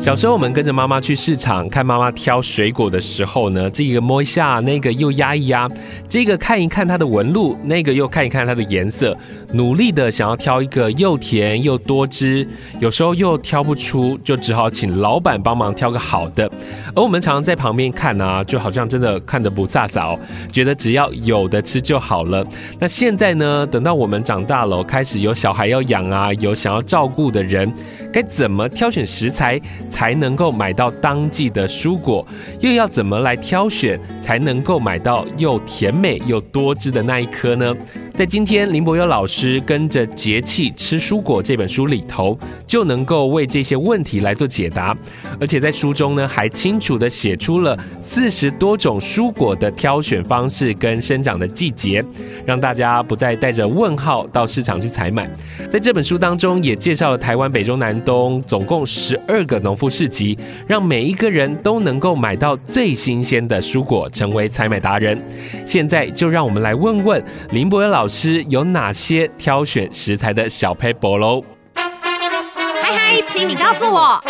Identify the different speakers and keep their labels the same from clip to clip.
Speaker 1: 小时候我们跟着妈妈去市场，看妈妈挑水果的时候呢，这个摸一下，那个又压一压，这个看一看它的纹路，那个又看一看它的颜色，努力的想要挑一个又甜又多汁，有时候又挑不出，就只好请老板帮忙挑个好的。而我们常常在旁边看啊，就好像真的看得不飒飒哦，觉得只要有的吃就好了。那现在呢，等到我们长大了，开始有小孩要养啊，有想要照顾的人，该怎么挑选食材才能够买到当季的蔬果？又要怎么来挑选才能够买到又甜美又多汁的那一颗呢？在今天林伯优老师跟着《节气吃蔬果》这本书里头，就能够为这些问题来做解答，而且在书中呢还清楚的写出了四十多种蔬果的挑选方式跟生长的季节，让大家不再带着问号到市场去采买。在这本书当中，也介绍了台湾北中南东总共十二个农夫市集，让每一个人都能够买到最新鲜的蔬果，成为采买达人。现在就让我们来问问林博文老师有哪些挑选食材的小 paper 喽。
Speaker 2: 嗨嗨，请你告诉我，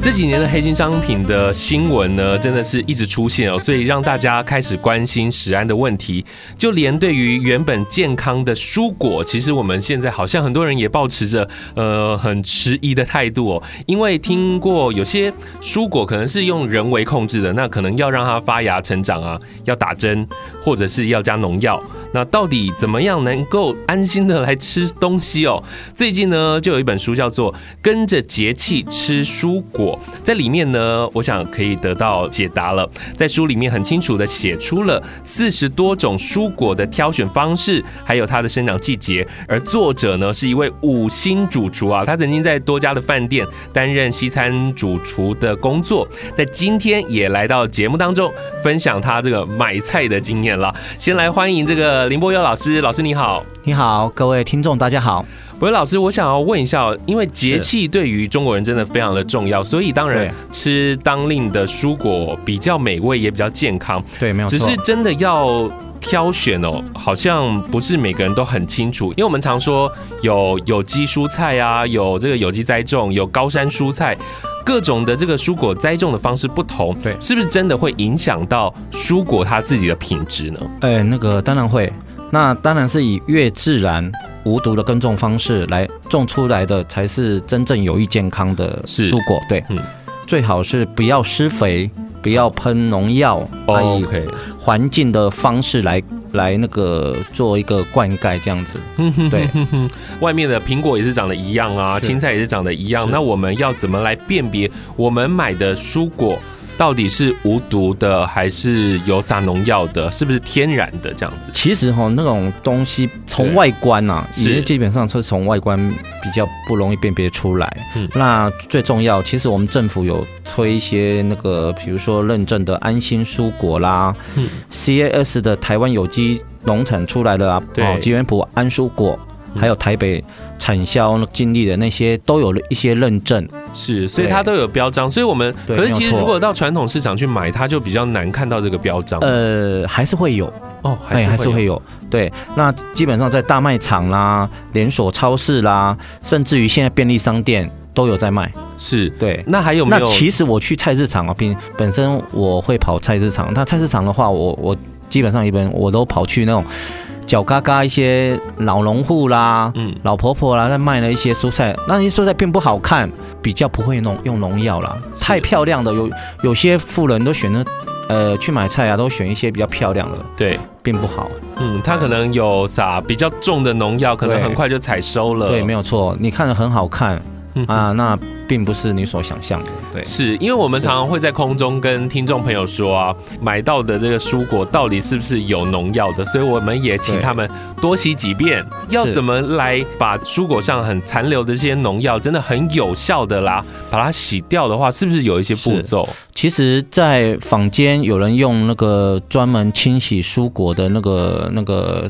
Speaker 1: 这几年的黑金商品的新闻呢，真的是一直出现哦，所以让大家开始关心食安的问题。就连对于原本健康的蔬果，其实我们现在好像很多人也保持着呃很迟疑的态度哦，因为听过有些蔬果可能是用人为控制的，那可能要让它发芽成长啊，要打针或者是要加农药。那到底怎么样能够安心的来吃东西哦？最近呢，就有一本书叫做《跟着节气吃蔬果》，在里面呢，我想可以得到解答了。在书里面很清楚的写出了四十多种蔬果的挑选方式，还有它的生长季节。而作者呢是一位五星主厨啊，他曾经在多家的饭店担任西餐主厨的工作，在今天也来到节目当中分享他这个买菜的经验了。先来欢迎这个林波优老师，老师你好。
Speaker 3: 你好，各位听众，大家好。
Speaker 1: 不是老师，我想要问一下哦，因为节气对于中国人真的非常的重要，所以当然
Speaker 3: 对
Speaker 1: 吃当令的蔬果比较美味，也比较健康。
Speaker 3: 对，没有
Speaker 1: 只
Speaker 3: 错。
Speaker 1: 是真的要挑选哦，好像不是每个人都很清楚，因为我们常说有有机蔬菜啊，有这个有机栽种，有高山蔬菜。各种的这个蔬果栽种的方式不同，
Speaker 3: 对
Speaker 1: 是不是真的会影响到蔬果它自己的品质呢？
Speaker 3: 哎、那个当然会，那当然是以越自然无毒的耕种方式来种出来的，才是真正有益健康的
Speaker 1: 是
Speaker 3: 蔬果。对，
Speaker 1: 嗯
Speaker 3: 最好是不要施肥，不要喷农药，来以
Speaker 1: 哦 OK
Speaker 3: 环境的方式来来那个做一个灌溉这样子。对，
Speaker 1: 外面的苹果也是长得一样啊，
Speaker 3: 是
Speaker 1: 青菜也是长得一样。
Speaker 3: 是
Speaker 1: 那我们要怎么来辨别我们买的蔬果到底是无毒的，还是有撒农药的，是不是天然的这样子？
Speaker 3: 其实哈、那种东西从
Speaker 1: 对
Speaker 3: 外观呐、啊，
Speaker 1: 是
Speaker 3: 也是基本上是从外观比较不容易辨别出来。
Speaker 1: 嗯
Speaker 3: 那最重要，其实我们政府有推一些那个，比如说认证的安心蔬果啦、
Speaker 1: 嗯
Speaker 3: c a s 的台湾有机农产出来的啊，
Speaker 1: 对
Speaker 3: 哦，吉元普安蔬果。
Speaker 1: 嗯
Speaker 3: 还有台北产销经历的那些都有了一些认证，
Speaker 1: 是，所以
Speaker 3: 对
Speaker 1: 它都有标章。所以我们
Speaker 3: 对
Speaker 1: 可是其实
Speaker 3: 没有错
Speaker 1: 如果到传统市场去买，它就比较难看到这个标章。嗯
Speaker 3: 呃，还是会有，
Speaker 1: 哦，还
Speaker 3: 哎，
Speaker 1: 是
Speaker 3: 还是会
Speaker 1: 有。
Speaker 3: 有。对，那基本上在大卖场啦、连锁超市啦，甚至于现在便利商店都有在卖。
Speaker 1: 是，
Speaker 3: 对，
Speaker 1: 那还有没
Speaker 3: 那
Speaker 1: 有？
Speaker 3: 其实我去菜市场啊，并本身我会跑菜市场。那菜市场的话，我我基本上一般我都跑去那种角嘎嘎一些老农户啦。
Speaker 1: 嗯，
Speaker 3: 老婆婆啦，在卖了一些蔬菜，那些蔬菜并不好看，比较不会农用农药啦，
Speaker 1: 是
Speaker 3: 太漂亮的有有些富人都选择，呃，去买菜啊，都选一些比较漂亮的，
Speaker 1: 对，
Speaker 3: 并不好。
Speaker 1: 嗯，它可能有撒比较重的农药，可能
Speaker 3: 对
Speaker 1: 很快就采收了。
Speaker 3: 对，没有错，你看着很好看，啊，那并不是你所想象的。对，
Speaker 1: 嗯是因为我们常常会在空中跟听众朋友说啊，买到的这个蔬果到底是不是有农药的，所以我们也请
Speaker 3: 对
Speaker 1: 他们多洗几遍，要怎么来把蔬果上很残留的这些农药，真的很有效的啦，把它洗掉的话，是不是有一些步
Speaker 3: 是
Speaker 1: 骤？
Speaker 3: 其实，在坊间有人用那个专门清洗蔬果的那个、那个、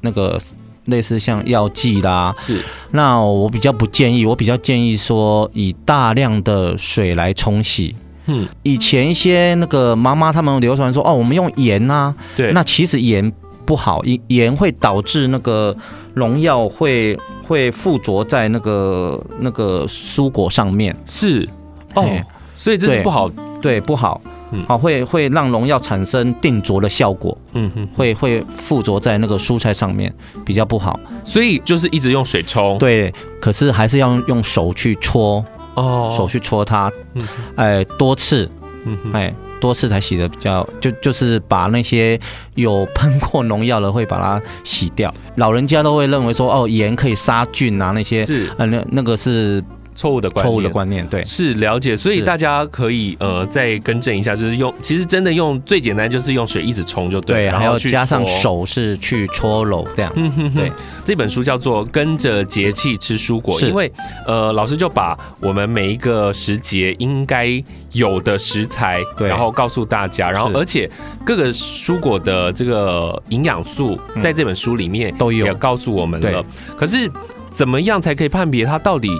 Speaker 3: 那个类似像药剂啦，
Speaker 1: 是
Speaker 3: 那我比较不建议，我比较建议说以大量的水来冲洗。
Speaker 1: 嗯，
Speaker 3: 以前一些那个妈妈她们流传说，哦，我们用盐啊，
Speaker 1: 对，
Speaker 3: 那其实盐不好，盐盐会导致那个农药会会附着在那个那个蔬果上面，
Speaker 1: 是哦
Speaker 3: 嘿，
Speaker 1: 所以这是
Speaker 3: 对
Speaker 1: 不好，
Speaker 3: 对，不好，
Speaker 1: 嗯
Speaker 3: 好、会会让农药产生定着的效果，
Speaker 1: 嗯哼，
Speaker 3: 会会附着在那个蔬菜上面，比较不好。
Speaker 1: 所以就是一直用水冲，
Speaker 3: 对，可是还是要用手去搓，
Speaker 1: 哦，
Speaker 3: 手去搓它，
Speaker 1: 嗯
Speaker 3: 哎，多次，
Speaker 1: 嗯哼，
Speaker 3: 哎，多次才洗的比较，就就是把那些有喷过农药的会把它洗掉。老人家都会认为说，哦，盐可以杀菌啊，那些，
Speaker 1: 是
Speaker 3: 呃，那那个是
Speaker 1: 错误的观
Speaker 3: 错误的
Speaker 1: 念。
Speaker 3: 观念，对，
Speaker 1: 是了解，所以
Speaker 3: 是
Speaker 1: 大家可以呃再更正一下，就是用其实真的用最简单就是用水一直冲就对了，
Speaker 3: 对，
Speaker 1: 然
Speaker 3: 还
Speaker 1: 后
Speaker 3: 要
Speaker 1: 去
Speaker 3: 加上
Speaker 1: 搓。
Speaker 3: 手是去搓揉这样，
Speaker 1: 嗯哼哼
Speaker 3: 对，
Speaker 1: 这本书叫做《跟着节气吃蔬果》，
Speaker 3: 是
Speaker 1: 因为呃，老师就把我们每一个时节应该有的食材，
Speaker 3: 对
Speaker 1: 然后告诉大家，然后
Speaker 3: 是
Speaker 1: 而且各个蔬果的这个营养素，
Speaker 3: 嗯
Speaker 1: 在这本书里面
Speaker 3: 都有
Speaker 1: 也告诉我们了
Speaker 3: 对。
Speaker 1: 可是怎么样才可以判别它到底？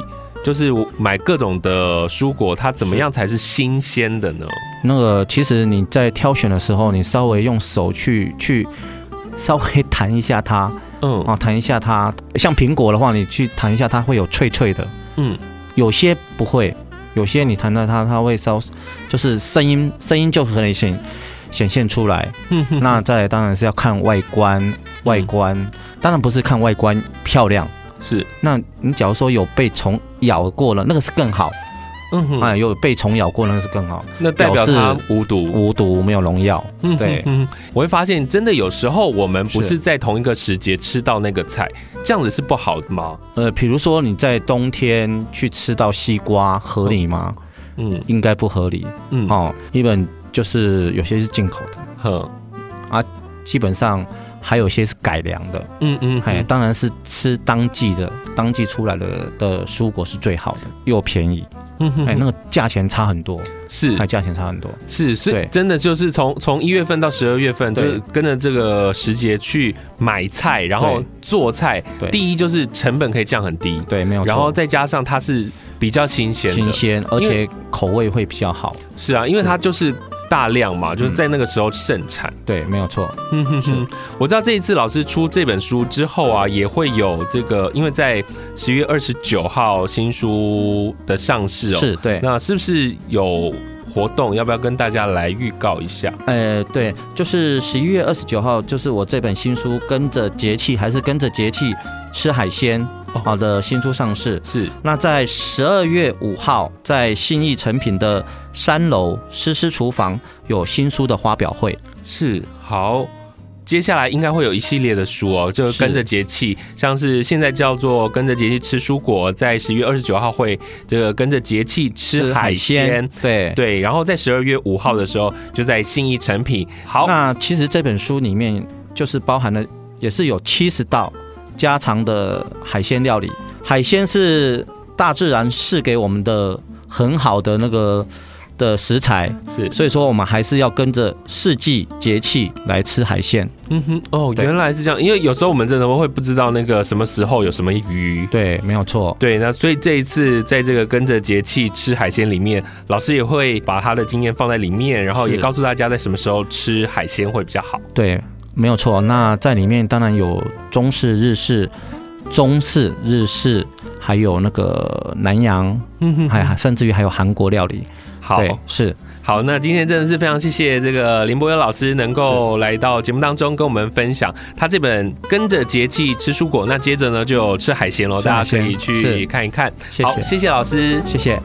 Speaker 1: 就是买各种的蔬果，它怎么样才是新鲜的呢？
Speaker 3: 那个其实你在挑选的时候，你稍微用手去去。稍微弹一下它
Speaker 1: 嗯，
Speaker 3: 啊，弹一下它。像苹果的话，你去弹一下它会有脆脆的，
Speaker 1: 嗯，
Speaker 3: 有些不会，有些你弹到它，它会稍，就是声音声音就可以显显现出来。
Speaker 1: 哼哼
Speaker 3: 那再来当然是要看外观，外观、
Speaker 1: 嗯
Speaker 3: 当然不是看外观漂亮。
Speaker 1: 是，
Speaker 3: 那你假如说有被虫咬过了，那个是更好
Speaker 1: 嗯哼，
Speaker 3: 啊、有被虫咬过那个是更好，
Speaker 1: 那代表
Speaker 3: 表示
Speaker 1: 它无毒，
Speaker 3: 无毒没有农药。
Speaker 1: 嗯
Speaker 3: 对
Speaker 1: 嗯，嗯我会发现真的有时候我们不
Speaker 3: 是
Speaker 1: 是在同一个时节吃到那个菜，这样子是不好的吗？
Speaker 3: 呃，比如说你在冬天去吃到西瓜，合理吗？
Speaker 1: 嗯
Speaker 3: 应该不合理
Speaker 1: 嗯，
Speaker 3: 哦。一本就是有些是进口的，
Speaker 1: 哼，
Speaker 3: 基本上还有些是改良的。
Speaker 1: 嗯嗯，
Speaker 3: 哎，
Speaker 1: 嗯
Speaker 3: 当然是吃当季的，当季出来的的蔬果是最好的，又便宜，
Speaker 1: 嗯嗯
Speaker 3: 哎，
Speaker 1: 嗯
Speaker 3: 那个价钱差很多，
Speaker 1: 是
Speaker 3: 哎，价钱差很多，
Speaker 1: 是是
Speaker 3: 对，
Speaker 1: 真的就是从从一月份到十二月份，就
Speaker 3: 对
Speaker 1: 是跟着这个时节去买菜，然后
Speaker 3: 对
Speaker 1: 做菜。
Speaker 3: 对
Speaker 1: 第一就是成本可以降很低，
Speaker 3: 对，没有错。
Speaker 1: 然后再加上它是比较新鲜
Speaker 3: 新
Speaker 1: 的，
Speaker 3: 鲜，而
Speaker 1: 因
Speaker 3: 且口味会比较好，
Speaker 1: 是啊，因为它就是大量嘛，就是
Speaker 3: 嗯
Speaker 1: 在那个时候盛产。
Speaker 3: 对，没有错，
Speaker 1: 嗯 哼哼，我知道这一次老师出这本书之后啊，也会有这个，因为在十月二十九号新书的上市哦，
Speaker 3: 是对。
Speaker 1: 那是不是有活动？要不要跟大家来预告一下？
Speaker 3: 呃，对，就是十一月二十九号，就是我这本新书《跟着节气还是跟着节气吃海鲜》
Speaker 1: 哦
Speaker 3: 好的新书上市。
Speaker 1: 是
Speaker 3: 那在十二月五号，在信义成品的三楼诗诗厨房有新书的发表会。
Speaker 1: 是，好。接下来应该会有一系列的书哦，就是跟着节气，像是现在叫做跟着节气吃蔬果，在十月二十九号会这个跟着节气吃海鲜，，
Speaker 3: 对。
Speaker 1: 对，然后在十二月五号的时候就在信义成品。好，
Speaker 3: 那其实这本书里面就是包含了，也是有七十道家常的海鲜料理。海鲜是大自然赐给我们的很好的那个的食材，
Speaker 1: 是
Speaker 3: 所以说我们还是要跟着四季节气来吃海鲜。
Speaker 1: 嗯哼，哦，
Speaker 3: 对
Speaker 1: 原来是这样，因为有时候我们真的会不知道那个什么时候有什么鱼。
Speaker 3: 对，没有错。
Speaker 1: 对，那所以这一次在这个跟着节气吃海鲜里面，老师也会把他的经验放在里面，然后也
Speaker 3: 是
Speaker 1: 告诉大家在什么时候吃海鲜会比较好。
Speaker 3: 对，没有错。那在里面当然有中式、日式、中式、日式，还有那个南洋，
Speaker 1: 嗯哼，
Speaker 3: 还甚至于还有韩国料理。
Speaker 1: 好
Speaker 3: 对，是
Speaker 1: 好，那今天真的是非常谢谢这个林博友老师能够来到节目当中跟我们分享他这本跟着节气吃蔬果，那接着呢就吃海鲜喽，
Speaker 3: 吃
Speaker 1: 大家
Speaker 3: 海
Speaker 1: 可
Speaker 3: 鲜
Speaker 1: 以去
Speaker 3: 是
Speaker 1: 看一看。
Speaker 3: 谢
Speaker 1: 好，
Speaker 3: 谢
Speaker 1: 谢谢老师，
Speaker 3: 谢谢。